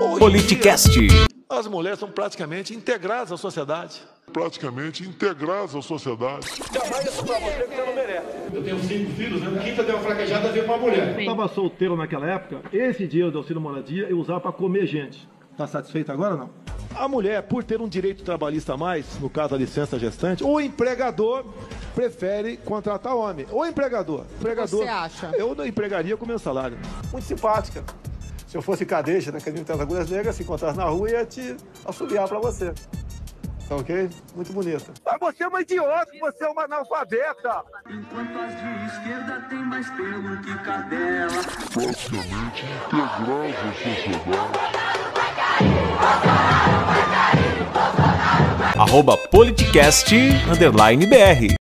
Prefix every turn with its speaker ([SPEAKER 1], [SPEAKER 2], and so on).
[SPEAKER 1] Hoje em
[SPEAKER 2] Politicast.
[SPEAKER 1] dia, As mulheres são praticamente integradas à sociedade.
[SPEAKER 3] praticamente integradas à sociedade.
[SPEAKER 4] Eu tenho cinco filhos, né? Quinta deu uma fraquejada, veio pra mulher.
[SPEAKER 5] Eu estava solteiro naquela época, esse dinheiro do auxílio moradia eu usava para comer gente. Tá satisfeito agora ou não?
[SPEAKER 1] A mulher, por ter um direito trabalhista a mais, no caso a licença gestante, o empregador prefere contratar homem. O empregador. empregador
[SPEAKER 6] você acha?
[SPEAKER 1] Eu não empregaria com meu salário.
[SPEAKER 7] muito simpática. Se eu fosse cadeja né, na Academia das Agulhas Negras, se encontrasse na rua, ia te assobiar pra você. Tá ok? Muito bonita. Mas você é uma idiota, você é uma analfabeta.
[SPEAKER 8] Enquanto as de esquerda tem mais pelo que cadela.
[SPEAKER 3] Praticamente integradas à sociedade.
[SPEAKER 2] Arroba Politicast underline BR.